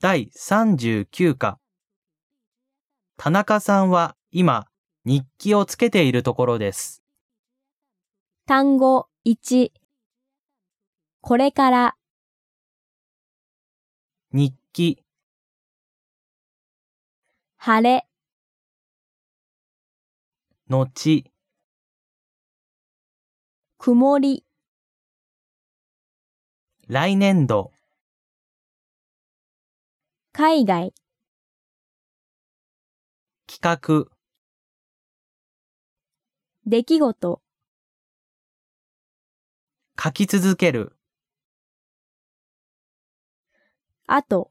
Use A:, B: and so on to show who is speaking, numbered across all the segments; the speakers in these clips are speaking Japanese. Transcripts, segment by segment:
A: 第39課。田中さんは今、日記をつけているところです。
B: 単語1これから
A: 日記、
B: 晴れ
A: 後、
B: 曇り
A: 来年度、
B: 海外
A: 企画、
B: 出来事
A: 書き続ける、
B: あと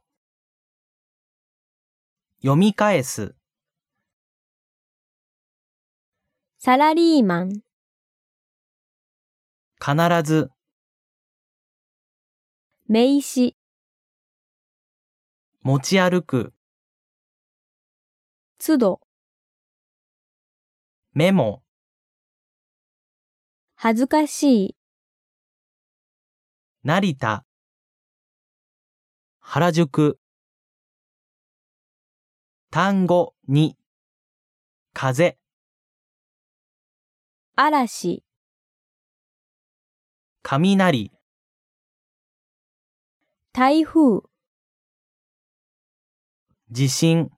A: 読み返す、
B: サラリーマン
A: 必ず、
B: 名刺
A: 持ち歩く、
B: 都度
A: メモ、
B: 恥ずかしい
A: 成田、原宿、単語2、風、
B: 嵐
A: 雷、
B: 台風
A: 地震、